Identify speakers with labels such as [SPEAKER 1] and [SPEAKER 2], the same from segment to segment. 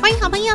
[SPEAKER 1] 欢迎好朋友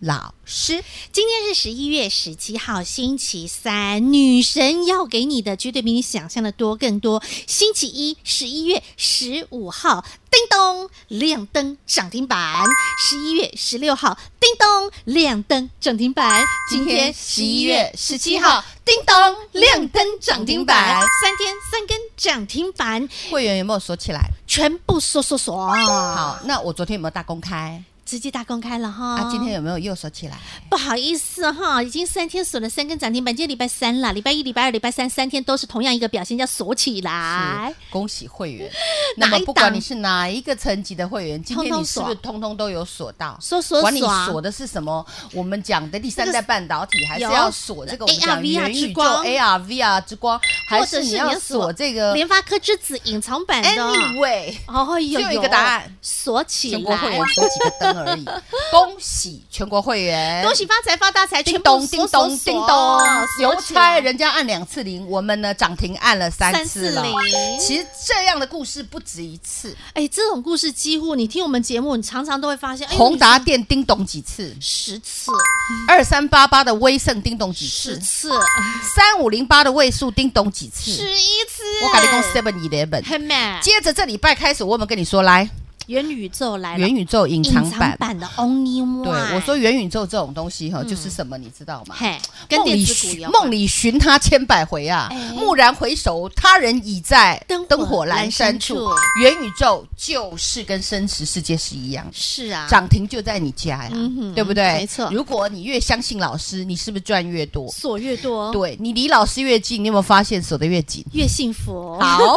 [SPEAKER 2] 老师。
[SPEAKER 1] 今天是十一月十七号，星期三，女神要给你的绝对比你想象的多更多。星期一，十一月十五号，叮咚亮灯涨停板；十一月十六号，叮咚亮灯涨停板。今天十一月十七号，叮咚亮灯涨停板，三天三根涨停板，
[SPEAKER 2] 会员有没有锁起来？
[SPEAKER 1] 全部锁锁锁。
[SPEAKER 2] 好，，那我昨天有没有大公开？
[SPEAKER 1] 直接大公开了哈。
[SPEAKER 2] 啊，今天有没有又锁起来？
[SPEAKER 1] 不好意思哈，已经三天锁了三根涨停板，今天礼拜三啦，礼拜一、礼拜二、礼拜三三天都是同样一个表现，叫锁起来
[SPEAKER 2] 是。恭喜会 员。
[SPEAKER 1] 哪
[SPEAKER 2] 那
[SPEAKER 1] 一档
[SPEAKER 2] 么不管你是哪一个层级的会员，今
[SPEAKER 1] 通
[SPEAKER 2] 天你
[SPEAKER 1] 通
[SPEAKER 2] 是
[SPEAKER 1] 锁
[SPEAKER 2] 不是通通都有锁到？
[SPEAKER 1] 锁锁
[SPEAKER 2] 管你
[SPEAKER 1] 锁啊
[SPEAKER 2] 锁的是什么？我们讲的第三
[SPEAKER 1] 这
[SPEAKER 2] 代
[SPEAKER 1] 个
[SPEAKER 2] 半导体，还是
[SPEAKER 1] 有
[SPEAKER 2] 要锁这个我们讲
[SPEAKER 1] AR VR
[SPEAKER 2] 元宇
[SPEAKER 1] 之
[SPEAKER 2] 宙
[SPEAKER 1] 光
[SPEAKER 2] AR、VR 之光，还
[SPEAKER 1] 或者
[SPEAKER 2] 是你
[SPEAKER 1] 是
[SPEAKER 2] 要
[SPEAKER 1] 连
[SPEAKER 2] 锁这个
[SPEAKER 1] 联发科之子隐藏版的，
[SPEAKER 2] Anyway？
[SPEAKER 1] 哦有
[SPEAKER 2] 只有一个答案，
[SPEAKER 1] 锁起
[SPEAKER 2] 全国会
[SPEAKER 1] 来
[SPEAKER 2] 员。锁几个灯而已，恭喜全国会员！
[SPEAKER 1] 恭喜发财发大财，
[SPEAKER 2] 叮
[SPEAKER 1] 全
[SPEAKER 2] 咚
[SPEAKER 1] 部
[SPEAKER 2] 叮
[SPEAKER 1] 锁
[SPEAKER 2] 咚
[SPEAKER 1] 锁
[SPEAKER 2] 叮
[SPEAKER 1] 锁
[SPEAKER 2] 咚，
[SPEAKER 1] 锁
[SPEAKER 2] 邮
[SPEAKER 1] 起来
[SPEAKER 2] 差人家按两次零，我们呢涨停按了三次
[SPEAKER 1] 三次
[SPEAKER 2] 了
[SPEAKER 1] 零。
[SPEAKER 2] 其实这样的故事不止一次，
[SPEAKER 1] 哎，这种故事几乎你听我们节目，你常常都会发现，哎呦
[SPEAKER 2] 宏达电叮咚几次，
[SPEAKER 1] 十次
[SPEAKER 2] 二三八八的威盛叮咚几
[SPEAKER 1] 十
[SPEAKER 2] 次，
[SPEAKER 1] 次
[SPEAKER 2] 嗯三五零八的位数叮咚几
[SPEAKER 1] 十
[SPEAKER 2] 次，
[SPEAKER 1] 一次，
[SPEAKER 2] 我改立功 Seven Eleven。
[SPEAKER 1] 很美。
[SPEAKER 2] 接着这礼拜开始，我们跟你说，来
[SPEAKER 1] 元宇宙来了
[SPEAKER 2] 元，宇宙隐
[SPEAKER 1] 隐
[SPEAKER 2] 藏
[SPEAKER 1] 藏
[SPEAKER 2] 版。
[SPEAKER 1] 版的 Only One。
[SPEAKER 2] 对，我说元宇宙这种东西哈，就是什么，你知道吗？
[SPEAKER 1] 嘿，跟
[SPEAKER 2] 梦
[SPEAKER 1] 电
[SPEAKER 2] 里
[SPEAKER 1] 子股
[SPEAKER 2] 寻
[SPEAKER 1] 有
[SPEAKER 2] 嗯梦
[SPEAKER 1] 里
[SPEAKER 2] 里寻他千百回啊
[SPEAKER 1] 哎，
[SPEAKER 2] 蓦然回首，他人已在
[SPEAKER 1] 灯火
[SPEAKER 2] 阑珊处
[SPEAKER 1] 阑珊。
[SPEAKER 2] 元宇宙就是跟真实世界是一样的。
[SPEAKER 1] 是啊，
[SPEAKER 2] 涨停就在你家呀
[SPEAKER 1] 嗯哼，
[SPEAKER 2] 对不对？
[SPEAKER 1] 没错
[SPEAKER 2] 如果你越相信老师，你是不是赚越多？
[SPEAKER 1] 锁越多，
[SPEAKER 2] 对你离老师越近，你有没有发现锁得越紧？
[SPEAKER 1] 越幸福，
[SPEAKER 2] 好，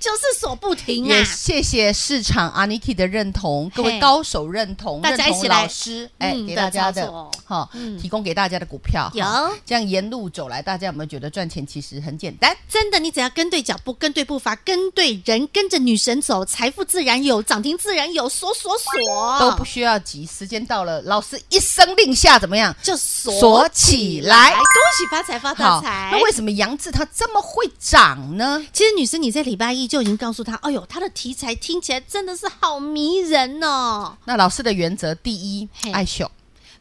[SPEAKER 1] 就是锁不停啊
[SPEAKER 2] 也。谢谢市场 Aniki 的认同，各
[SPEAKER 1] 嘿
[SPEAKER 2] 位高手认同，
[SPEAKER 1] 大
[SPEAKER 2] 认
[SPEAKER 1] 家一起
[SPEAKER 2] 同
[SPEAKER 1] 来
[SPEAKER 2] 老师哎
[SPEAKER 1] 嗯
[SPEAKER 2] 给
[SPEAKER 1] 的
[SPEAKER 2] 大家
[SPEAKER 1] 操
[SPEAKER 2] 的
[SPEAKER 1] 作
[SPEAKER 2] 哈
[SPEAKER 1] 嗯，
[SPEAKER 2] 提供给大家的股票
[SPEAKER 1] 有
[SPEAKER 2] 哈这样沿路走来，大家有没有觉得赚钱其实很简单？
[SPEAKER 1] 真的，你只要跟对脚步，跟对步伐，跟对人，跟着女神走，财富自然有，涨停自然有，锁锁锁
[SPEAKER 2] 都不需要急，时间到了，老师一声令下怎么样？
[SPEAKER 1] 就锁
[SPEAKER 2] 锁起来
[SPEAKER 1] 恭喜发财发大财。哎
[SPEAKER 2] 那为什么杨志它这么会涨呢？
[SPEAKER 1] 其实女生你在礼拜一就已经告诉她，哎呦，她的题材听起来真的是好迷人哦，
[SPEAKER 2] 那老师的原则，第一
[SPEAKER 1] 嘿，嗯
[SPEAKER 2] 爱秀，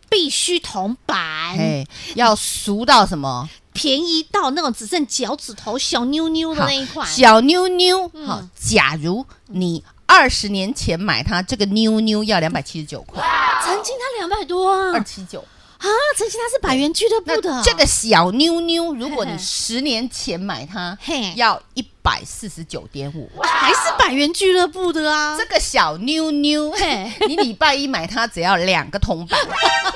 [SPEAKER 1] 必须铜板，
[SPEAKER 2] 哎，要熟到什么？
[SPEAKER 1] 便宜到那种只剩脚趾头小妞妞的
[SPEAKER 2] 好
[SPEAKER 1] 那一款，
[SPEAKER 2] 小妞妞，
[SPEAKER 1] 嗯
[SPEAKER 2] 好，假如你二十年前买它，这个妞妞要两百七十九块，
[SPEAKER 1] 曾经它两百多啊，
[SPEAKER 2] 二七九。
[SPEAKER 1] 啊，曾经它是百元俱乐部的啊
[SPEAKER 2] 那这个小妞妞，如果
[SPEAKER 1] 嘿
[SPEAKER 2] 你
[SPEAKER 1] 嘿
[SPEAKER 2] 十年前买它
[SPEAKER 1] 嘿，
[SPEAKER 2] 要一百四十九点五。
[SPEAKER 1] 还是百元俱乐部的啊，
[SPEAKER 2] 这个小妞妞
[SPEAKER 1] 嘿，
[SPEAKER 2] 你礼拜一买它只要两个 铜板，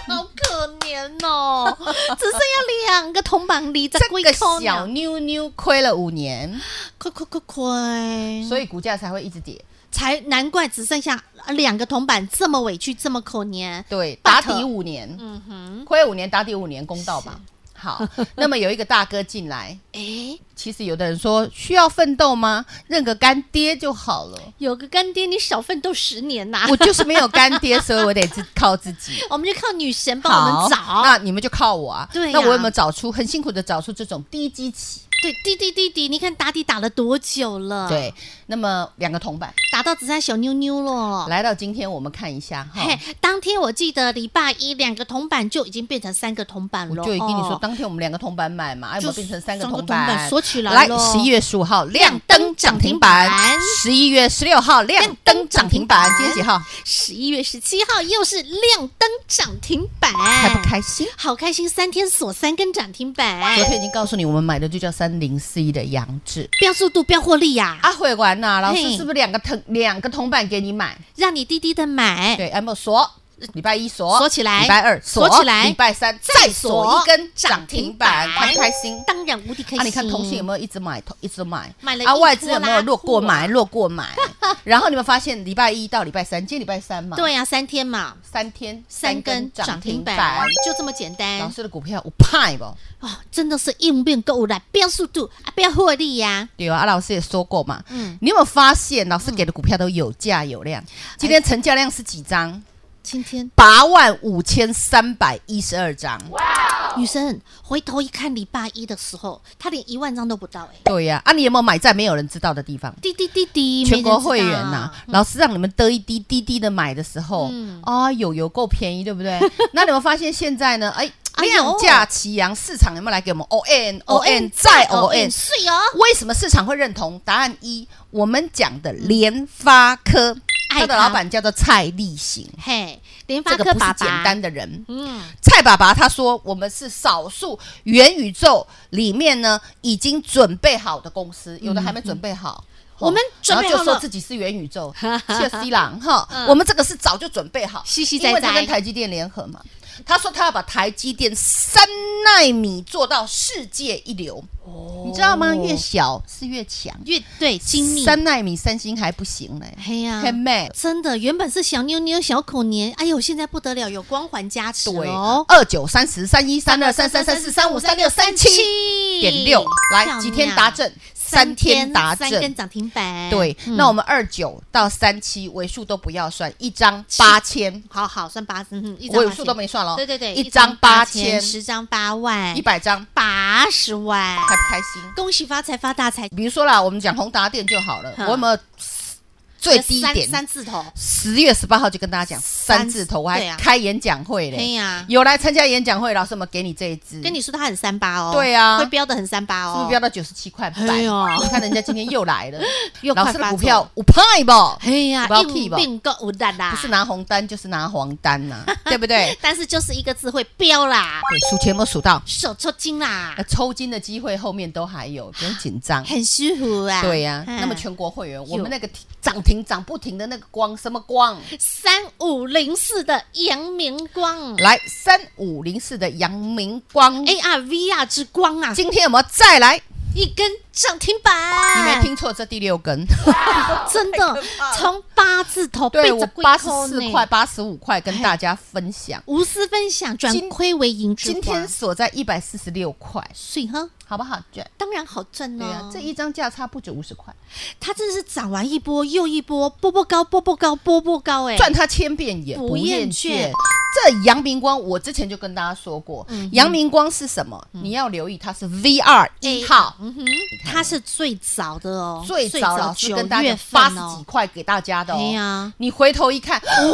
[SPEAKER 1] 好可怜哦，只剩下两个铜板离在
[SPEAKER 2] 这
[SPEAKER 1] 龟
[SPEAKER 2] 个
[SPEAKER 1] 壳
[SPEAKER 2] 小
[SPEAKER 1] 了，
[SPEAKER 2] 妞妞亏了五年，
[SPEAKER 1] 亏亏亏亏，
[SPEAKER 2] 所
[SPEAKER 1] 以
[SPEAKER 2] 以股价才会一直跌。
[SPEAKER 1] 才难怪只剩下两个铜板，这么委屈，这么可怜。
[SPEAKER 2] 对，打
[SPEAKER 1] But-
[SPEAKER 2] 底五年，
[SPEAKER 1] 嗯哼，
[SPEAKER 2] 亏五年打底五年，公道吧？好， 那么有一个大哥进来，
[SPEAKER 1] 哎，
[SPEAKER 2] 其实有的人说需要奋斗吗？认个干爹就好了。
[SPEAKER 1] 有个干爹，你少奋斗十年呐、
[SPEAKER 2] 我就是没有干爹， 所以我得自靠自己。
[SPEAKER 1] 我们就靠女神帮我
[SPEAKER 2] 好
[SPEAKER 1] 们，找。
[SPEAKER 2] 那你们就靠我啊。
[SPEAKER 1] 对呀
[SPEAKER 2] 那我有没有找出很辛苦的找出这种低基期？
[SPEAKER 1] 对，滴滴滴滴，你看打底打了多久了？，
[SPEAKER 2] 对，那么两个铜板。
[SPEAKER 1] 打到只剩下小妞妞了。
[SPEAKER 2] 来到今天，我们看一下哈，
[SPEAKER 1] 嘿，当天我记得礼拜一两个铜板就已经变成三个铜板
[SPEAKER 2] 我
[SPEAKER 1] 了，
[SPEAKER 2] 就跟你说，
[SPEAKER 1] 哦
[SPEAKER 2] 当天我们两个铜板买嘛，啊有没
[SPEAKER 1] 就
[SPEAKER 2] 有变成三个
[SPEAKER 1] 三个
[SPEAKER 2] 铜
[SPEAKER 1] 铜板
[SPEAKER 2] 板？
[SPEAKER 1] 锁起来
[SPEAKER 2] 来，
[SPEAKER 1] 咯
[SPEAKER 2] 十一月十五号
[SPEAKER 1] 亮
[SPEAKER 2] 亮
[SPEAKER 1] 灯涨
[SPEAKER 2] 灯涨
[SPEAKER 1] 停
[SPEAKER 2] 停
[SPEAKER 1] 板
[SPEAKER 2] 板，十一月十六号亮灯涨停板
[SPEAKER 1] 亮灯涨停板，
[SPEAKER 2] 今天几号？
[SPEAKER 1] 十一月十七号又是亮灯涨停板，
[SPEAKER 2] 开不开心？
[SPEAKER 1] 好开心，三天锁三根涨停
[SPEAKER 2] 昨
[SPEAKER 1] 板，
[SPEAKER 2] 天已经告诉你，我们买的就叫三零四一的杨志。
[SPEAKER 1] 标速度标获利呀、
[SPEAKER 2] 啊，会玩呐，老
[SPEAKER 1] 嘿哎
[SPEAKER 2] 师是不是两个铜两个铜板给你买？
[SPEAKER 1] 让你低低的买，
[SPEAKER 2] 对，有没有锁？礼拜一锁
[SPEAKER 1] 锁起来
[SPEAKER 2] 礼拜二锁
[SPEAKER 1] 锁起来
[SPEAKER 2] 礼拜三
[SPEAKER 1] 再
[SPEAKER 2] 再
[SPEAKER 1] 锁
[SPEAKER 2] 锁一根涨停
[SPEAKER 1] 涨
[SPEAKER 2] 板，
[SPEAKER 1] 停板
[SPEAKER 2] 开不开心？
[SPEAKER 1] 当然无敌开心。
[SPEAKER 2] 啊，你看同信有没有一直买，同一直买，
[SPEAKER 1] 买了一
[SPEAKER 2] 啊，
[SPEAKER 1] 波
[SPEAKER 2] 外资有没
[SPEAKER 1] 拉
[SPEAKER 2] 有落过
[SPEAKER 1] 货啊
[SPEAKER 2] 买，落 过买？然后你们发现礼拜一到礼拜三，今天礼拜三嘛，，
[SPEAKER 1] 对呀、啊三天嘛，
[SPEAKER 2] 三天
[SPEAKER 1] 三根涨停板就这么简
[SPEAKER 2] 老
[SPEAKER 1] 单
[SPEAKER 2] 师的股票有派不？
[SPEAKER 1] 哦，真的是应变够了，不要速度啊，不要获利呀、
[SPEAKER 2] 对啊，啊，老师也说过嘛，
[SPEAKER 1] 嗯
[SPEAKER 2] 你有没有发现老师给的股票都有价有量？今天成交量是几张？
[SPEAKER 1] 今天
[SPEAKER 2] 八万五千三百一十二张。
[SPEAKER 1] 女生回头一看，礼拜一的时候，她连一万张都不到哎、
[SPEAKER 2] 对呀、啊，你有没有买在没有人知道的地方？
[SPEAKER 1] 滴滴滴滴，
[SPEAKER 2] 全国会员
[SPEAKER 1] 没人
[SPEAKER 2] 呐、
[SPEAKER 1] 知道
[SPEAKER 2] 老师让你们得一滴滴滴的买的时候，
[SPEAKER 1] 嗯
[SPEAKER 2] 啊，有有够便宜，对 不对？那你们发现现在呢？哎，
[SPEAKER 1] 哎呦
[SPEAKER 2] 量价齐扬，市场有没有来给我们 O N O N 再
[SPEAKER 1] 再
[SPEAKER 2] O N？
[SPEAKER 1] 睡哦，
[SPEAKER 2] 为什么市场会认同？答案一，我们讲的联发科，
[SPEAKER 1] 爱
[SPEAKER 2] 它
[SPEAKER 1] 它
[SPEAKER 2] 的老板叫做蔡立行，
[SPEAKER 1] 嘿，联发
[SPEAKER 2] 这个
[SPEAKER 1] 科
[SPEAKER 2] 不是
[SPEAKER 1] 爸爸，
[SPEAKER 2] 简单的人。
[SPEAKER 1] 嗯，
[SPEAKER 2] 蔡爸爸他说，我们是少数元宇宙里面呢已经准备好的公司，有的还没准备好。哦
[SPEAKER 1] 嗯我们准备好了
[SPEAKER 2] 然后就说自己是元 宇宙，切西朗哈，我们这个是早就准备好，
[SPEAKER 1] 实实在在
[SPEAKER 2] 因为他跟台积电联合嘛。他说他要把台积电三纳米做到世界一流，你知道吗？越小是越强，
[SPEAKER 1] 越对哦精密，啊
[SPEAKER 2] 三纳米三星还不行嘞，
[SPEAKER 1] 嘿呀、
[SPEAKER 2] 很美。
[SPEAKER 1] 真的，原本是小妞妞、小口年，哎呦，现在不得了，有光环加持
[SPEAKER 2] 对
[SPEAKER 1] 哦，。
[SPEAKER 2] 二九三十三一三二三三三四三五三六三七。点六，来几天达阵，三天达
[SPEAKER 1] 三根
[SPEAKER 2] 阵。
[SPEAKER 1] 涨停板。
[SPEAKER 2] 对，
[SPEAKER 1] 嗯
[SPEAKER 2] 那我们二九到三七尾数都不要算，一张八千，
[SPEAKER 1] 好好算八，嗯，一张
[SPEAKER 2] 尾
[SPEAKER 1] 八
[SPEAKER 2] 数
[SPEAKER 1] 千
[SPEAKER 2] 都没算了，哦
[SPEAKER 1] 对对对，
[SPEAKER 2] 一张八千，
[SPEAKER 1] 十张八万，
[SPEAKER 2] 一百张，
[SPEAKER 1] 八十万，
[SPEAKER 2] 开不开心？
[SPEAKER 1] 恭喜发财发大财，
[SPEAKER 2] 比如说啦，我们讲宏达电就好了，
[SPEAKER 1] 嗯
[SPEAKER 2] 我有没有最低
[SPEAKER 1] 三
[SPEAKER 2] 点？
[SPEAKER 1] 三字头，
[SPEAKER 2] 十月十八号就跟大家讲
[SPEAKER 1] 三
[SPEAKER 2] 三字头，我
[SPEAKER 1] 对
[SPEAKER 2] 还
[SPEAKER 1] 啊
[SPEAKER 2] 开演讲会
[SPEAKER 1] 对
[SPEAKER 2] 嘞，
[SPEAKER 1] 呀，
[SPEAKER 2] 有来参加演讲会，老师我们给你这一支，
[SPEAKER 1] 跟你说它很三八哦，
[SPEAKER 2] 嗯对啊
[SPEAKER 1] 会标的很三八
[SPEAKER 2] 是不
[SPEAKER 1] 哦，
[SPEAKER 2] 是飙到九十七块半？
[SPEAKER 1] 哎呦
[SPEAKER 2] 你看人家今天又来了，
[SPEAKER 1] 又快
[SPEAKER 2] 老师的
[SPEAKER 1] 发
[SPEAKER 2] 股
[SPEAKER 1] 作
[SPEAKER 2] 票五派不？
[SPEAKER 1] 哎呀
[SPEAKER 2] 不要，
[SPEAKER 1] 硬
[SPEAKER 2] keep 吧
[SPEAKER 1] 并购无的啦，
[SPEAKER 2] 不是拿红单就是拿黄单 呐、对不对？
[SPEAKER 1] 但是就是一个字会标啦，
[SPEAKER 2] 对，数钱有没有数到？
[SPEAKER 1] 手抽筋啦
[SPEAKER 2] 那，抽筋的机会后面都还有，不用紧张。
[SPEAKER 1] 很舒服 啊，
[SPEAKER 2] 对呀、
[SPEAKER 1] 嗯
[SPEAKER 2] 那么全国会员，我们那个停涨停涨不停的那个光，什么光？
[SPEAKER 1] 三五零四的阳明光
[SPEAKER 2] 来，三五零四的阳明光，
[SPEAKER 1] ，AR VR 之光啊，
[SPEAKER 2] 今天有没有再来？
[SPEAKER 1] 一根涨停板，
[SPEAKER 2] 你没听错，这第六 根，
[SPEAKER 1] 真的从八字头
[SPEAKER 2] 对
[SPEAKER 1] 背
[SPEAKER 2] 我
[SPEAKER 1] 着
[SPEAKER 2] 八十四块、，八十五块
[SPEAKER 1] 哎
[SPEAKER 2] 跟大家分享。
[SPEAKER 1] 无私分享转
[SPEAKER 2] 今
[SPEAKER 1] 亏为盈之
[SPEAKER 2] 今
[SPEAKER 1] 花，
[SPEAKER 2] 天锁在一百四十六块，
[SPEAKER 1] 水哈，
[SPEAKER 2] 好不好赚？
[SPEAKER 1] 当然好赚
[SPEAKER 2] 对呀、
[SPEAKER 1] 哦。
[SPEAKER 2] 这一张价差不止五十块，
[SPEAKER 1] 它真的是涨完一波又一波，波波高，波波高，波波高，哎，
[SPEAKER 2] 赚它千遍也
[SPEAKER 1] 不
[SPEAKER 2] 不
[SPEAKER 1] 厌
[SPEAKER 2] 厌
[SPEAKER 1] 倦
[SPEAKER 2] 倦。嗯这阳明光，我之前就跟大家说过，阳明光是什么？你要留意，它是 VR 一号，
[SPEAKER 1] 嗯哼，
[SPEAKER 2] 看
[SPEAKER 1] 它是最早的哦，
[SPEAKER 2] 最早老师
[SPEAKER 1] 九
[SPEAKER 2] 跟大家
[SPEAKER 1] 月
[SPEAKER 2] 讲八
[SPEAKER 1] 份
[SPEAKER 2] 十几
[SPEAKER 1] 哦，
[SPEAKER 2] 块给大家的
[SPEAKER 1] 对
[SPEAKER 2] 哦。
[SPEAKER 1] 呀，
[SPEAKER 2] 啊你回头一看，哦，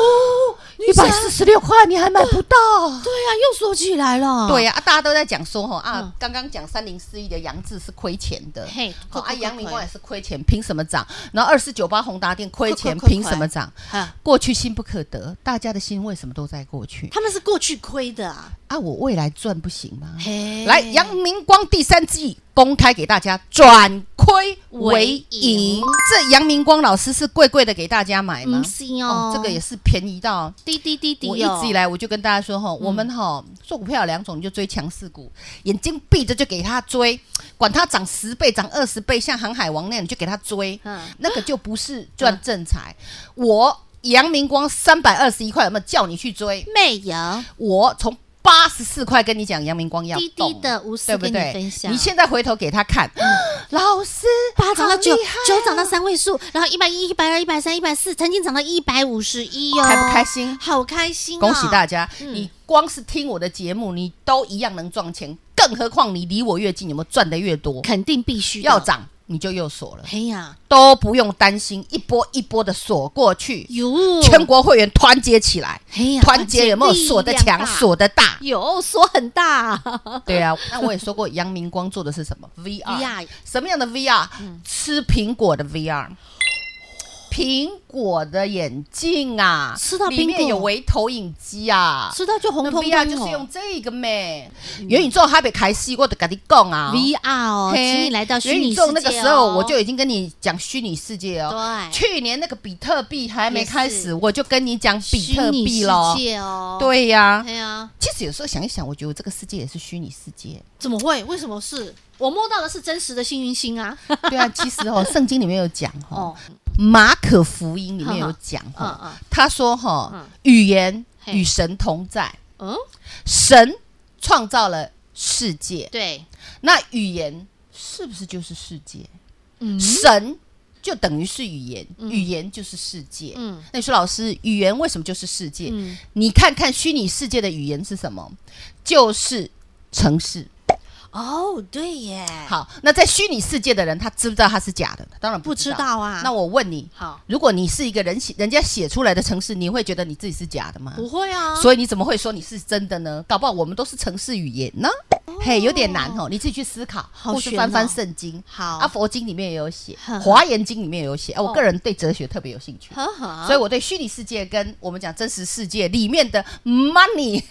[SPEAKER 2] 一
[SPEAKER 1] 生
[SPEAKER 2] 百四十六块，你还买不到？
[SPEAKER 1] 对呀，又说起来了，
[SPEAKER 2] 对呀，啊，大家都在讲说哈啊
[SPEAKER 1] 嗯，
[SPEAKER 2] 刚刚讲三零四一的杨志是亏钱的，
[SPEAKER 1] 嘿
[SPEAKER 2] 好
[SPEAKER 1] 亏
[SPEAKER 2] 啊，
[SPEAKER 1] 亏亏
[SPEAKER 2] 阳明光也是亏钱，凭什么涨？然后二四九八宏达电亏嗯钱，
[SPEAKER 1] 亏亏亏
[SPEAKER 2] 凭什么涨？
[SPEAKER 1] 啊，
[SPEAKER 2] 过去心不可得，大家的心为什么都在过去？
[SPEAKER 1] 他们是过去亏的啊，
[SPEAKER 2] 啊，我未来赚不行吗？
[SPEAKER 1] 嘿
[SPEAKER 2] 来，阳明光第三季公开给大家转亏为
[SPEAKER 1] 为盈
[SPEAKER 2] 盈。这阳明光老师是贵贵的给大家买吗
[SPEAKER 1] 嗯？是哦，
[SPEAKER 2] 这个也是便宜到。
[SPEAKER 1] 滴滴滴滴，哦
[SPEAKER 2] 我一直以来我就跟大家说哈，
[SPEAKER 1] 嗯
[SPEAKER 2] 我们哈做股票有两种，你就追强势股，眼睛闭着就给它追，管它涨十倍、涨二十倍，像航海王那样你就给它追
[SPEAKER 1] 嗯，
[SPEAKER 2] 那个就不是赚正财。我阳明光三百二十一块有没有叫你去追？
[SPEAKER 1] 没有，
[SPEAKER 2] 我从八十四块跟你讲，阳明光要
[SPEAKER 1] 滴滴
[SPEAKER 2] 动
[SPEAKER 1] 的无私
[SPEAKER 2] 对不
[SPEAKER 1] 跟你
[SPEAKER 2] 对？
[SPEAKER 1] 分享嗯
[SPEAKER 2] 你现在回头给他看， 老师
[SPEAKER 1] 八涨到
[SPEAKER 2] 好厉
[SPEAKER 1] 九，
[SPEAKER 2] 害啊
[SPEAKER 1] 九涨到三位数，然后一百一、一百二、一百三、一百四，曾经涨到一百五十一哦，
[SPEAKER 2] 开不开心？
[SPEAKER 1] 好开心、哦！
[SPEAKER 2] 恭喜大家！
[SPEAKER 1] 嗯
[SPEAKER 2] 你光是听我的节目，你都一样能赚钱，更何况你离我越近，有没有赚的越多？
[SPEAKER 1] 肯定必须的
[SPEAKER 2] 要。涨你就又锁了，
[SPEAKER 1] 哎呀，
[SPEAKER 2] 都不用担心，一波一波的锁过去。
[SPEAKER 1] 有
[SPEAKER 2] 全国会员团结起来，
[SPEAKER 1] 哎呀
[SPEAKER 2] 团结有没有锁的
[SPEAKER 1] 力量
[SPEAKER 2] 强、
[SPEAKER 1] 大
[SPEAKER 2] 锁的大？
[SPEAKER 1] 有锁很大，
[SPEAKER 2] 对啊， 那我也说过，阳明光做的是什么 VR？
[SPEAKER 1] VR 嗯
[SPEAKER 2] 什么样的 VR？、吃苹果的 VR。苹果的眼镜啊，
[SPEAKER 1] 吃到
[SPEAKER 2] 里
[SPEAKER 1] 苹
[SPEAKER 2] 面
[SPEAKER 1] 果
[SPEAKER 2] 有微投影机啊，
[SPEAKER 1] 吃到就红哦彤彤
[SPEAKER 2] 那 VR 就是用这个咩？元宇宙还没开始，我就跟你讲啊。
[SPEAKER 1] VR 嗯哦，
[SPEAKER 2] 嘿
[SPEAKER 1] 请你来到虚
[SPEAKER 2] 元
[SPEAKER 1] 拟
[SPEAKER 2] 宇
[SPEAKER 1] 世界、哦
[SPEAKER 2] 宙、那个时候，我就已经跟你讲虚拟世界哦。
[SPEAKER 1] 对
[SPEAKER 2] 去年那个比特币还没开
[SPEAKER 1] 也
[SPEAKER 2] 始，
[SPEAKER 1] 是
[SPEAKER 2] 我就跟你讲比
[SPEAKER 1] 虚
[SPEAKER 2] 特
[SPEAKER 1] 拟
[SPEAKER 2] 币
[SPEAKER 1] 世
[SPEAKER 2] 喽。
[SPEAKER 1] 界哦，
[SPEAKER 2] 对呀、
[SPEAKER 1] 对啊，
[SPEAKER 2] 其实有时候想一想，我觉得这个世界也是虚拟世界。
[SPEAKER 1] 怎么会？为什么是我摸到的是真实的幸运星啊？
[SPEAKER 2] 对啊，其实哦， 圣经里面有讲
[SPEAKER 1] 哦，
[SPEAKER 2] 哦，马可福音》里面有讲
[SPEAKER 1] 嗯
[SPEAKER 2] 哦，
[SPEAKER 1] 嗯
[SPEAKER 2] 他说哈、
[SPEAKER 1] 嗯
[SPEAKER 2] 语言
[SPEAKER 1] 嘿
[SPEAKER 2] 与神同在，
[SPEAKER 1] 嗯，
[SPEAKER 2] 神创造了世界，
[SPEAKER 1] 对，
[SPEAKER 2] 那语言是不是就是世界？
[SPEAKER 1] 嗯
[SPEAKER 2] 神就等于是语言，语言就是世界。
[SPEAKER 1] 嗯
[SPEAKER 2] 那你说老师，语言为什么就是世界？
[SPEAKER 1] 嗯
[SPEAKER 2] 你看看虚拟世界的语言是什么？就是城市。
[SPEAKER 1] 哦，对耶，
[SPEAKER 2] 好，那在虚拟世界的人，他知不知道他是假的？当然
[SPEAKER 1] 不
[SPEAKER 2] 不知
[SPEAKER 1] 知
[SPEAKER 2] 道。
[SPEAKER 1] 道啊，
[SPEAKER 2] 那我问你，
[SPEAKER 1] 好
[SPEAKER 2] 如果你是一个人写人家写出来的城市，你会觉得你自己是假的吗？
[SPEAKER 1] 不会啊，
[SPEAKER 2] 所以你怎么会说你是真的呢？搞不好我们都是城市语言呢。嘿，有点难哦，你自己去思考，
[SPEAKER 1] 好
[SPEAKER 2] 或是
[SPEAKER 1] 玄
[SPEAKER 2] 翻翻
[SPEAKER 1] 哦
[SPEAKER 2] 圣经。
[SPEAKER 1] 好
[SPEAKER 2] 啊，佛经里面也有写，
[SPEAKER 1] 呵呵
[SPEAKER 2] 华严经里面也有写。啊，我
[SPEAKER 1] 哦
[SPEAKER 2] 个人对哲学特别有兴趣。
[SPEAKER 1] 呵呵，
[SPEAKER 2] 所以我对虚拟世界跟我们讲真实世界里面的 money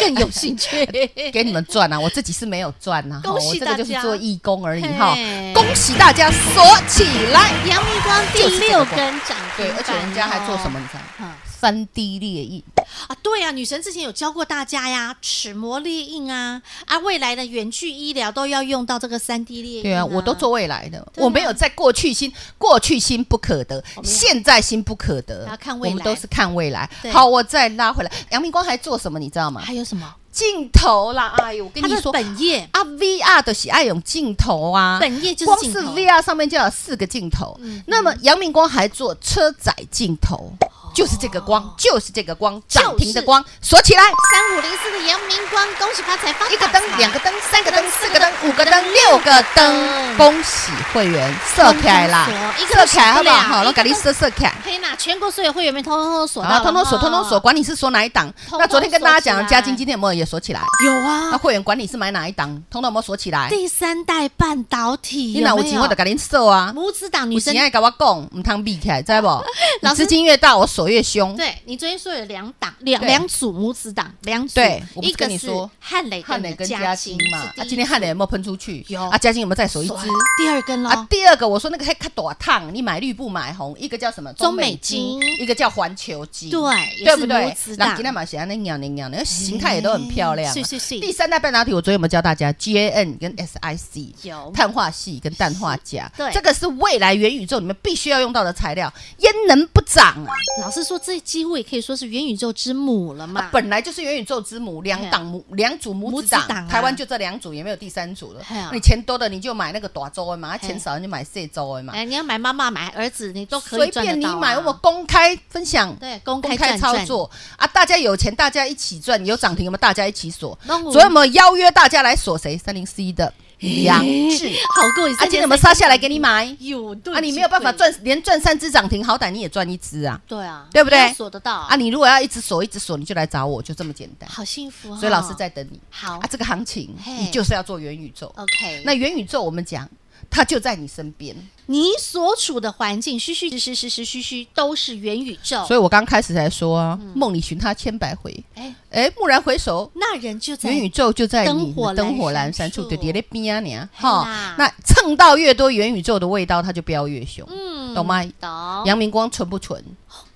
[SPEAKER 1] 更有兴 趣。
[SPEAKER 2] 给你们赚啊，我自己是没有赚啊，
[SPEAKER 1] 恭喜
[SPEAKER 2] 我这个就是
[SPEAKER 1] 大家
[SPEAKER 2] 做义工而已哈
[SPEAKER 1] 嘿。
[SPEAKER 2] 恭喜大家锁起来，
[SPEAKER 1] 阳明光第六根涨停板哦
[SPEAKER 2] 对，而且人家还做什么？你知道吗？
[SPEAKER 1] 嗯
[SPEAKER 2] 三 D 列印，
[SPEAKER 1] 啊，对啊，女神之前有教过大家呀，齿模列印啊，啊，未来的远距医疗都要用到这个三 D 列印、
[SPEAKER 2] 对啊，我都做。未来的，
[SPEAKER 1] 对啊
[SPEAKER 2] 我没有在过去心，过去心不可得，
[SPEAKER 1] 我们要
[SPEAKER 2] 现在心不可得
[SPEAKER 1] 要看未来
[SPEAKER 2] 我们都是看未来
[SPEAKER 1] 对。
[SPEAKER 2] 好，我再拉回来，杨明光还做什么？你知道吗？
[SPEAKER 1] 还有什么？
[SPEAKER 2] 镜头啦，哎呦，我跟
[SPEAKER 1] 它
[SPEAKER 2] 你
[SPEAKER 1] 的
[SPEAKER 2] 说。
[SPEAKER 1] 本业，
[SPEAKER 2] 啊，VR 的喜爱用镜头啊，
[SPEAKER 1] 本业就是
[SPEAKER 2] 光
[SPEAKER 1] 镜
[SPEAKER 2] 是
[SPEAKER 1] 头。
[SPEAKER 2] VR 上面就有四个镜头。
[SPEAKER 1] 嗯
[SPEAKER 2] 那么杨明光还做车载镜头，就是这个
[SPEAKER 1] 哦
[SPEAKER 2] 光，就是这个光，涨停的光，锁起来，
[SPEAKER 1] 三五零四的阳明光，恭喜发财发大财！
[SPEAKER 2] 一个灯，两个灯，啊三个灯，四个灯，五个灯，六个
[SPEAKER 1] 灯
[SPEAKER 2] 灯，恭喜会员射起来啦
[SPEAKER 1] 通通锁一！个
[SPEAKER 2] 射
[SPEAKER 1] 都
[SPEAKER 2] 起来好不
[SPEAKER 1] 少不了
[SPEAKER 2] 好？好，
[SPEAKER 1] 一个
[SPEAKER 2] 我给你
[SPEAKER 1] 都
[SPEAKER 2] 射射起来。
[SPEAKER 1] 黑娜，全国所有会员们通通都锁到
[SPEAKER 2] 然
[SPEAKER 1] 了
[SPEAKER 2] 后
[SPEAKER 1] 哈，
[SPEAKER 2] 啊通通锁，通通锁，管你是锁哪一档。
[SPEAKER 1] 通通
[SPEAKER 2] 那昨天跟大家讲
[SPEAKER 1] 锁，起来
[SPEAKER 2] 嘉金今天有没有也锁起来？
[SPEAKER 1] 有
[SPEAKER 2] 那
[SPEAKER 1] 啊，
[SPEAKER 2] 会员管你是买哪一档，通通有没有锁起来？
[SPEAKER 1] 第三代半导体，
[SPEAKER 2] 你哪有
[SPEAKER 1] 没
[SPEAKER 2] 钱我就给你射啊！
[SPEAKER 1] 母子档女
[SPEAKER 2] 有
[SPEAKER 1] 生
[SPEAKER 2] 钱爱跟我讲，唔通避起来，知 不？你
[SPEAKER 1] 老师
[SPEAKER 2] 资金越大，我锁越凶。
[SPEAKER 1] 对你昨天说有两档，两
[SPEAKER 2] 对
[SPEAKER 1] 两组母子档，两组，
[SPEAKER 2] 对我不
[SPEAKER 1] 一
[SPEAKER 2] 是跟
[SPEAKER 1] 个
[SPEAKER 2] 你
[SPEAKER 1] 是
[SPEAKER 2] 说
[SPEAKER 1] 汉磊
[SPEAKER 2] 汉磊
[SPEAKER 1] 跟
[SPEAKER 2] 跟
[SPEAKER 1] 嘉
[SPEAKER 2] 嘉
[SPEAKER 1] 金
[SPEAKER 2] 金嘛，
[SPEAKER 1] 是
[SPEAKER 2] 啊，
[SPEAKER 1] 第一
[SPEAKER 2] 今天汉磊有没有喷出去？
[SPEAKER 1] 有
[SPEAKER 2] 啊，嘉金有没有再锁一
[SPEAKER 1] 锁
[SPEAKER 2] 支？
[SPEAKER 1] 第二根
[SPEAKER 2] 啊
[SPEAKER 1] 喽，，
[SPEAKER 2] 第二个我说那个黑卡朵烫，你买绿不买红，一个叫什么？
[SPEAKER 1] 中美金
[SPEAKER 2] 一个叫环球金，
[SPEAKER 1] 对也
[SPEAKER 2] 对
[SPEAKER 1] 是母
[SPEAKER 2] 不对
[SPEAKER 1] 子？档
[SPEAKER 2] 那今天嘛，那鸟那鸟，那
[SPEAKER 1] 哎
[SPEAKER 2] 个形态也都很漂亮啊。
[SPEAKER 1] 是是是
[SPEAKER 2] 第三代半导体，我昨天有没有教大家 GAN 跟 SiC？
[SPEAKER 1] 有
[SPEAKER 2] 碳化系跟氮化镓，
[SPEAKER 1] 哦对
[SPEAKER 2] 这个是未来元宇宙里面必须要用到的材料，焉能不涨啊？
[SPEAKER 1] 老师说这几乎也可以说是元宇宙之母了嘛，啊
[SPEAKER 2] 本来就是元宇宙之母，两档母两组母子
[SPEAKER 1] 母子档
[SPEAKER 2] 档，
[SPEAKER 1] 啊
[SPEAKER 2] 台湾就这两组，也没有第三组了
[SPEAKER 1] 嘿啊。
[SPEAKER 2] 你钱多的你就买那个大周的嘛，啊
[SPEAKER 1] 嘿
[SPEAKER 2] 钱少的你就买四周的嘛，
[SPEAKER 1] 哎，你要买妈妈买儿子，你都可以
[SPEAKER 2] 随
[SPEAKER 1] 赚得
[SPEAKER 2] 便你
[SPEAKER 1] 到啊
[SPEAKER 2] 买，我公开分享。
[SPEAKER 1] 对公
[SPEAKER 2] 公
[SPEAKER 1] 开
[SPEAKER 2] 开
[SPEAKER 1] 赚
[SPEAKER 2] 操
[SPEAKER 1] 赚，
[SPEAKER 2] 作啊！大家有钱，大家一起赚。有涨停，我们大家一起锁。
[SPEAKER 1] 弄
[SPEAKER 2] 昨天我们邀约大家来锁谁？三零四一的杨志，
[SPEAKER 1] 好过瘾，
[SPEAKER 2] 啊，今天我们杀下来给 你买
[SPEAKER 1] 有对
[SPEAKER 2] 啊！你没有办法，赚，连赚三只涨停，好歹你也赚一只啊！
[SPEAKER 1] 对啊，
[SPEAKER 2] 对不对
[SPEAKER 1] 要锁得到
[SPEAKER 2] 啊，，你如果要一直锁，一直锁，你就来找我，就这么简单。
[SPEAKER 1] 好幸福哦，
[SPEAKER 2] 所以老师在等你。
[SPEAKER 1] 好
[SPEAKER 2] 啊，这个行情
[SPEAKER 1] 哦嘿
[SPEAKER 2] 你就是要做元宇宙。
[SPEAKER 1] OK，
[SPEAKER 2] 那元宇宙我们讲，它就在你身边，
[SPEAKER 1] 你所处的环境虚虚实实实实虚虚都是元宇宙
[SPEAKER 2] 所，以我刚开始才说啊，梦里寻他千百回，
[SPEAKER 1] 嗯哎，
[SPEAKER 2] 哎，蓦然回首。
[SPEAKER 1] 那人就在
[SPEAKER 2] 元宇宙就在你
[SPEAKER 1] 灯火
[SPEAKER 2] 的灯火
[SPEAKER 1] 阑
[SPEAKER 2] 阑
[SPEAKER 1] 珊
[SPEAKER 2] 珊
[SPEAKER 1] 处哎
[SPEAKER 2] 处，就叠在边啊你啊，
[SPEAKER 1] 嘿啦
[SPEAKER 2] 哈，那蹭到越多元宇宙的味道，它就飙越凶，
[SPEAKER 1] 嗯
[SPEAKER 2] 懂吗？
[SPEAKER 1] 懂，
[SPEAKER 2] 阳明光纯不纯？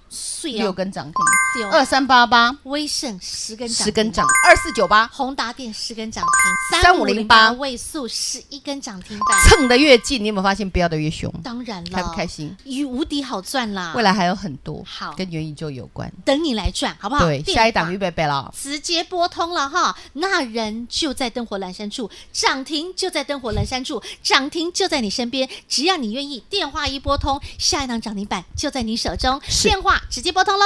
[SPEAKER 1] 碎
[SPEAKER 2] 六
[SPEAKER 1] 哦，
[SPEAKER 2] 根涨
[SPEAKER 1] 对
[SPEAKER 2] 停，二三八八
[SPEAKER 1] 威盛十根涨停，
[SPEAKER 2] 十根涨，二四九八
[SPEAKER 1] 宏达电十根涨停，
[SPEAKER 2] 3508
[SPEAKER 1] 位数十一根涨停板，
[SPEAKER 2] 蹭的越近，你有没有发现飙的越凶？
[SPEAKER 1] 当然了，
[SPEAKER 2] 开不开心？
[SPEAKER 1] 与无敌好赚啦！
[SPEAKER 2] 未来还有很多
[SPEAKER 1] 啊好啊
[SPEAKER 2] 跟元宇宙有关。
[SPEAKER 1] 等你来赚，好不好？
[SPEAKER 2] 对，
[SPEAKER 1] 电
[SPEAKER 2] 下一档
[SPEAKER 1] 话
[SPEAKER 2] 预备备了。哦
[SPEAKER 1] 直接拨通了哈，那人就在灯火阑珊处，涨停就在灯火阑珊处，涨停就在你身边，只要你愿意，电话一拨通，下一档涨停板就在你手中，
[SPEAKER 2] 是
[SPEAKER 1] 电话直接拨通喽。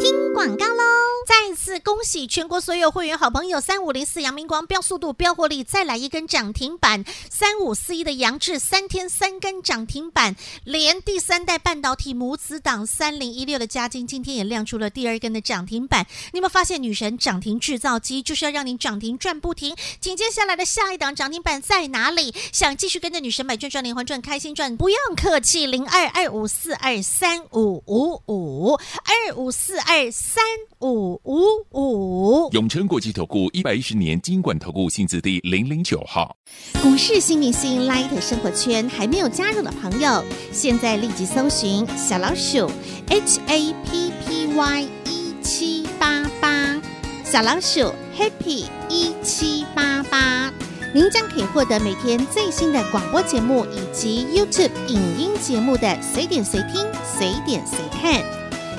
[SPEAKER 1] 听广告喽！再次恭喜全国所有会员好朋友，三五零四阳明光标速度、标获利，再来一根涨停板；三五四一的杨志，三天三根涨停板，连第三代半导体母子档三零一六的嘉金，今天也亮出了第二根的涨停板。你有没有发现女神涨停制造机就是要让你涨停赚不停？紧接下来的下一档涨停板在哪里？想继续跟着女神买赚赚连环赚开心赚，不用客气，零二二五四二三五五五二五四二三五五五。
[SPEAKER 3] 永诚国际投顾一百一十年金管投顾新字第零零九号，
[SPEAKER 1] 股市新明星 Light 生活圈还没有加入的朋友，现在立即搜寻小老鼠 HAPPY 一七八八，小老鼠 Happy 一七八八，您将可以获得每天最新的广播节目以及 YouTube 影音节目的随点随听、随点随看。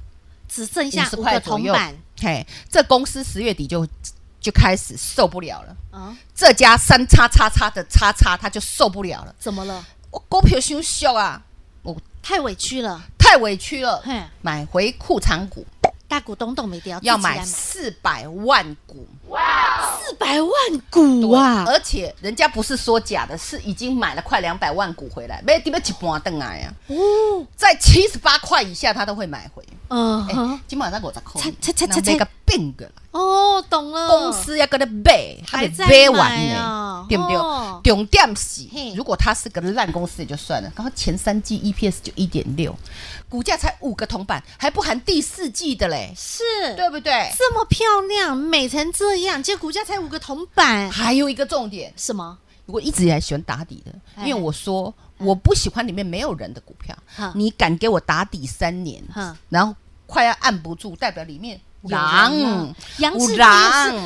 [SPEAKER 1] 只剩
[SPEAKER 2] 五
[SPEAKER 1] 嗯下
[SPEAKER 2] 十
[SPEAKER 1] 五
[SPEAKER 2] 块
[SPEAKER 1] 个
[SPEAKER 2] 左
[SPEAKER 1] 铜
[SPEAKER 2] 右
[SPEAKER 1] 板。
[SPEAKER 2] 嘿，这公司十月底就就开始受不了了。
[SPEAKER 1] 啊，
[SPEAKER 2] 这家三叉叉叉的叉叉，他就受不了了。
[SPEAKER 1] 怎么了？
[SPEAKER 2] 我股票羞羞啊，
[SPEAKER 1] 太委屈了，
[SPEAKER 2] 太委屈了
[SPEAKER 1] 嘿，
[SPEAKER 2] 买回裤长股。
[SPEAKER 1] 大股东都没掉，
[SPEAKER 2] 要
[SPEAKER 1] 自己来
[SPEAKER 2] 买四百万股
[SPEAKER 1] 四百万股
[SPEAKER 2] 对
[SPEAKER 1] 啊！
[SPEAKER 2] 而且人家不是说假的，是已经买了快两百万股回来，没地方一半等来呀，
[SPEAKER 1] 哦，
[SPEAKER 2] 在七十八块以下他都会买回。
[SPEAKER 1] 嗯
[SPEAKER 2] 哎、
[SPEAKER 1] 哼，
[SPEAKER 2] 今晚才五十块
[SPEAKER 1] 切，切切切
[SPEAKER 2] 那买个变个啦，
[SPEAKER 1] 哦，懂了，
[SPEAKER 2] 公司要跟他买，
[SPEAKER 1] 还在
[SPEAKER 2] 还没买完
[SPEAKER 1] 买
[SPEAKER 2] 呢
[SPEAKER 1] 哦，
[SPEAKER 2] 对不对
[SPEAKER 1] 哦？
[SPEAKER 2] 重点是
[SPEAKER 1] 嘿，
[SPEAKER 2] 如果他是个烂公司也就算了，然后前三季 EPS 就一点六，股价才五个铜板，还不含第四季的嘞，
[SPEAKER 1] 是
[SPEAKER 2] 对不对？
[SPEAKER 1] 这么漂亮，美成这样，结果股价才五个铜板，
[SPEAKER 2] 还有一个重点，
[SPEAKER 1] 什么？
[SPEAKER 2] 我一直以来喜欢打底的，
[SPEAKER 1] 哎哎
[SPEAKER 2] 因为我说我不喜欢里面没有人的股票
[SPEAKER 1] 哈。
[SPEAKER 2] 你敢给我打底三年
[SPEAKER 1] 哈，
[SPEAKER 2] 然后快要按不住，代表里面有人
[SPEAKER 1] 狼
[SPEAKER 2] 啊
[SPEAKER 1] 杨志就
[SPEAKER 2] 有
[SPEAKER 1] 是女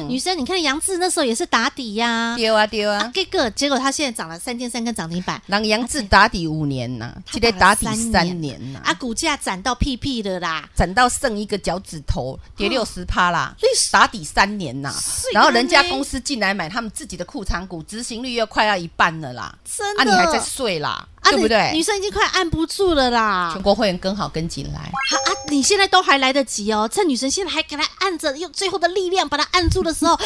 [SPEAKER 2] 人，
[SPEAKER 1] 生，你看杨志那时候也是打底呀、
[SPEAKER 2] 丢啊丢
[SPEAKER 1] 啊
[SPEAKER 2] 啊，！
[SPEAKER 1] 这个结果他现在涨了三天三根涨停板，
[SPEAKER 2] 人杨志打底五年呐，
[SPEAKER 1] 他
[SPEAKER 2] 今天打底
[SPEAKER 1] 打了三
[SPEAKER 2] 三年呐，
[SPEAKER 1] 啊，股价涨到屁屁的啦，
[SPEAKER 2] 攒到剩一个脚趾头，跌六十趴啦，打底三年呐
[SPEAKER 1] 嗯是，
[SPEAKER 2] 然后人家
[SPEAKER 1] 的呢
[SPEAKER 2] 公司进来买他们自己的库藏股，执行率又快要一半了啦，
[SPEAKER 1] 真
[SPEAKER 2] 啊
[SPEAKER 1] 的
[SPEAKER 2] 你还在睡啦，
[SPEAKER 1] 啊，
[SPEAKER 2] 对不
[SPEAKER 1] 你女
[SPEAKER 2] 对？
[SPEAKER 1] 生已经快按不住了啦。
[SPEAKER 2] 全国会员跟好跟紧来。
[SPEAKER 1] 好啊，你现在都还来得及哦，趁女神现在还给她按着，用最后的力量把她按住的时候，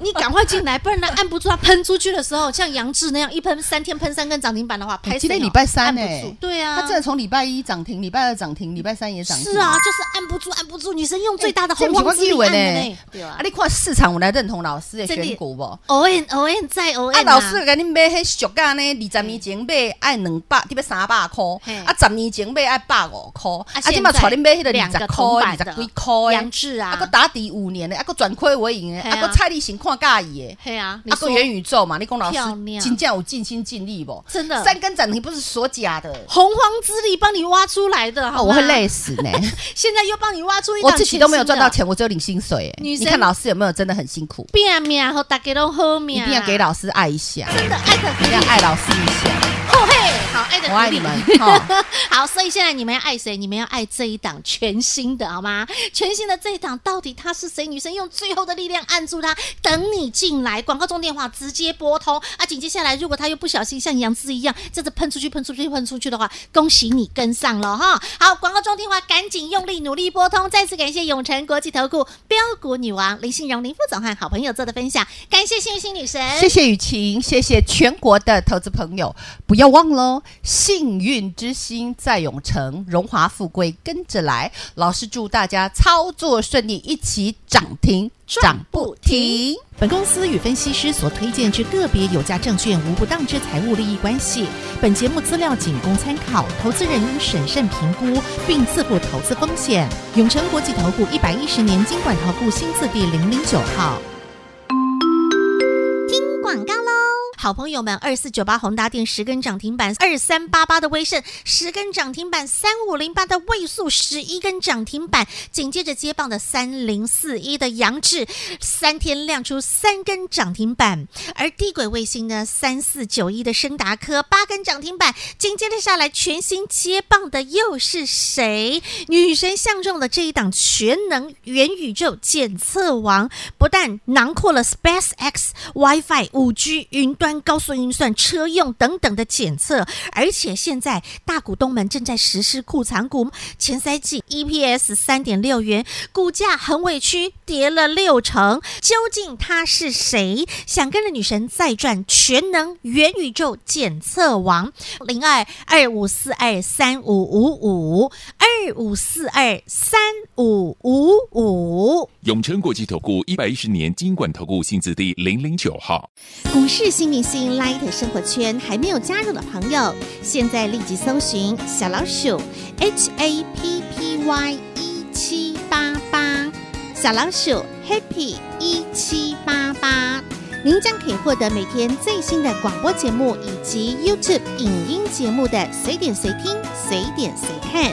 [SPEAKER 1] 你赶快进来，不然她按不住，她喷出去的时候，像杨志那样一喷三天喷三根涨停板的话，拍
[SPEAKER 2] 哎今天
[SPEAKER 1] 谁哦
[SPEAKER 2] 礼拜三
[SPEAKER 1] 按
[SPEAKER 2] 呢、
[SPEAKER 1] 不住，对啊，
[SPEAKER 2] 它真的从礼拜一涨停，礼拜二涨停，礼拜三也涨停。
[SPEAKER 1] 是啊，就是按不住，按不住，女神用最大的
[SPEAKER 2] 哎这
[SPEAKER 1] 洪
[SPEAKER 2] 不
[SPEAKER 1] 荒
[SPEAKER 2] 是
[SPEAKER 1] 之力
[SPEAKER 2] 我
[SPEAKER 1] 按
[SPEAKER 2] 记
[SPEAKER 1] 的
[SPEAKER 2] 得呢
[SPEAKER 1] 呢，对啊
[SPEAKER 2] 啊，，你看市场，我来认同老师的
[SPEAKER 1] 真的
[SPEAKER 2] 选股不？啊，
[SPEAKER 1] 偶然偶然再偶啊然，
[SPEAKER 2] 老师给你买迄俗价呢，二十年前买爱两百，特别三百块
[SPEAKER 1] 嘿；
[SPEAKER 2] 啊，十年前买爱百五块；啊，
[SPEAKER 1] 现
[SPEAKER 2] 即嘛
[SPEAKER 1] 在
[SPEAKER 2] 带你买迄个
[SPEAKER 1] 两
[SPEAKER 2] 二
[SPEAKER 1] 个
[SPEAKER 2] 十
[SPEAKER 1] 铜
[SPEAKER 2] 块、
[SPEAKER 1] 板
[SPEAKER 2] 二
[SPEAKER 1] 的
[SPEAKER 2] 十几块
[SPEAKER 1] 杨
[SPEAKER 2] 的，
[SPEAKER 1] 志
[SPEAKER 2] 啊，
[SPEAKER 1] 啊
[SPEAKER 2] 个，打底五年的，啊，个转亏为盈的，
[SPEAKER 1] 嘿
[SPEAKER 2] 啊，
[SPEAKER 1] 啊
[SPEAKER 2] 个蔡立行看介意的。
[SPEAKER 1] 对啊，你
[SPEAKER 2] 啊，
[SPEAKER 1] 说
[SPEAKER 2] 个元宇宙嘛，你讲老师
[SPEAKER 1] 漂亮
[SPEAKER 2] 真正有尽心尽力不？
[SPEAKER 1] 真的
[SPEAKER 2] 三根涨停不是说假的，
[SPEAKER 1] 洪荒之力帮你挖出来的，好
[SPEAKER 2] 哦啊我会
[SPEAKER 1] 吗，
[SPEAKER 2] 累死 呢。
[SPEAKER 1] 现在又帮你挖出一
[SPEAKER 2] 我
[SPEAKER 1] 档
[SPEAKER 2] 自己都没有赚到
[SPEAKER 1] 全新的。
[SPEAKER 2] 钱，我只有领薪水、哎，
[SPEAKER 1] 女生
[SPEAKER 2] 你看老师有没有真的很辛苦？
[SPEAKER 1] 变命和大家都好命
[SPEAKER 2] 一
[SPEAKER 1] 啊，
[SPEAKER 2] 定要给老师爱一下，
[SPEAKER 1] 真的爱的鼓
[SPEAKER 2] 一定要
[SPEAKER 1] 励，
[SPEAKER 2] 爱老师一下。
[SPEAKER 1] 哦嘿，好爱的鼓励，
[SPEAKER 2] 我爱你们 哦
[SPEAKER 1] 好，所以现在你们要爱谁？你们要爱这一档全新的好吗？全新的这一档到底他是谁？女生用最后的力量按住他，等你进来。广告中电话直接拨通啊！紧接下来，如果他又不小心像杨志一样这样子喷出去、喷出去、喷出去的话，恭喜你跟上了哈！好，广告中电话赶紧用力努力拨通。再次感谢永诚国际投顾标股女王林信荣林副总和好朋友做的分享，感谢幸运星女神，
[SPEAKER 2] 谢谢雨晴，谢谢全国的投资朋友，不要忘喽！幸运之星在永城，荣华富贵跟着来。老师祝大家操作顺利，一起涨停
[SPEAKER 1] 赚不停。
[SPEAKER 4] 本公司与分析师所推荐之个别有价证券无不当之财务利益关系。本节目资料仅供参考，投资人应审慎评估并自负投资风险。永诚国际投顾一百一十年经管投顾新字第零零九号。
[SPEAKER 1] 广告喽。好朋友们，二四九八宏达电十根涨停板，二三八八的威盛十根涨停板，三五零八的位数十一根涨停板，紧接着接棒的三零四一的杨志，三天亮出三根涨停板，而低轨卫星呢，三四九一的升达科八根涨停板，紧接着下来全新接棒的又是谁？女神相中的这一档全能元宇宙检测王，不但囊括了 SpaceX、WiFi、五 G、云端、高速运算、车用等等的检测，而且现在大股东们正在实施库藏股，前三季 EPS 三点六元，股价很委屈，跌了六成。究竟他是谁？想跟着女神再赚全能元宇宙检测王零二二五四二三五五五二五四二三五五五。
[SPEAKER 3] 永诚国际投顾一百一十年金管投顾新字第零零九号。
[SPEAKER 1] 股市新明星 Light 生活圈还没有加入的朋友，现在立即搜寻小老鼠 HAPPY 一 E 七八八，小老鼠 Happy 一七八八，您将可以获得每天最新的广播节目以及 YouTube 影音节目的随点随听、随点随看。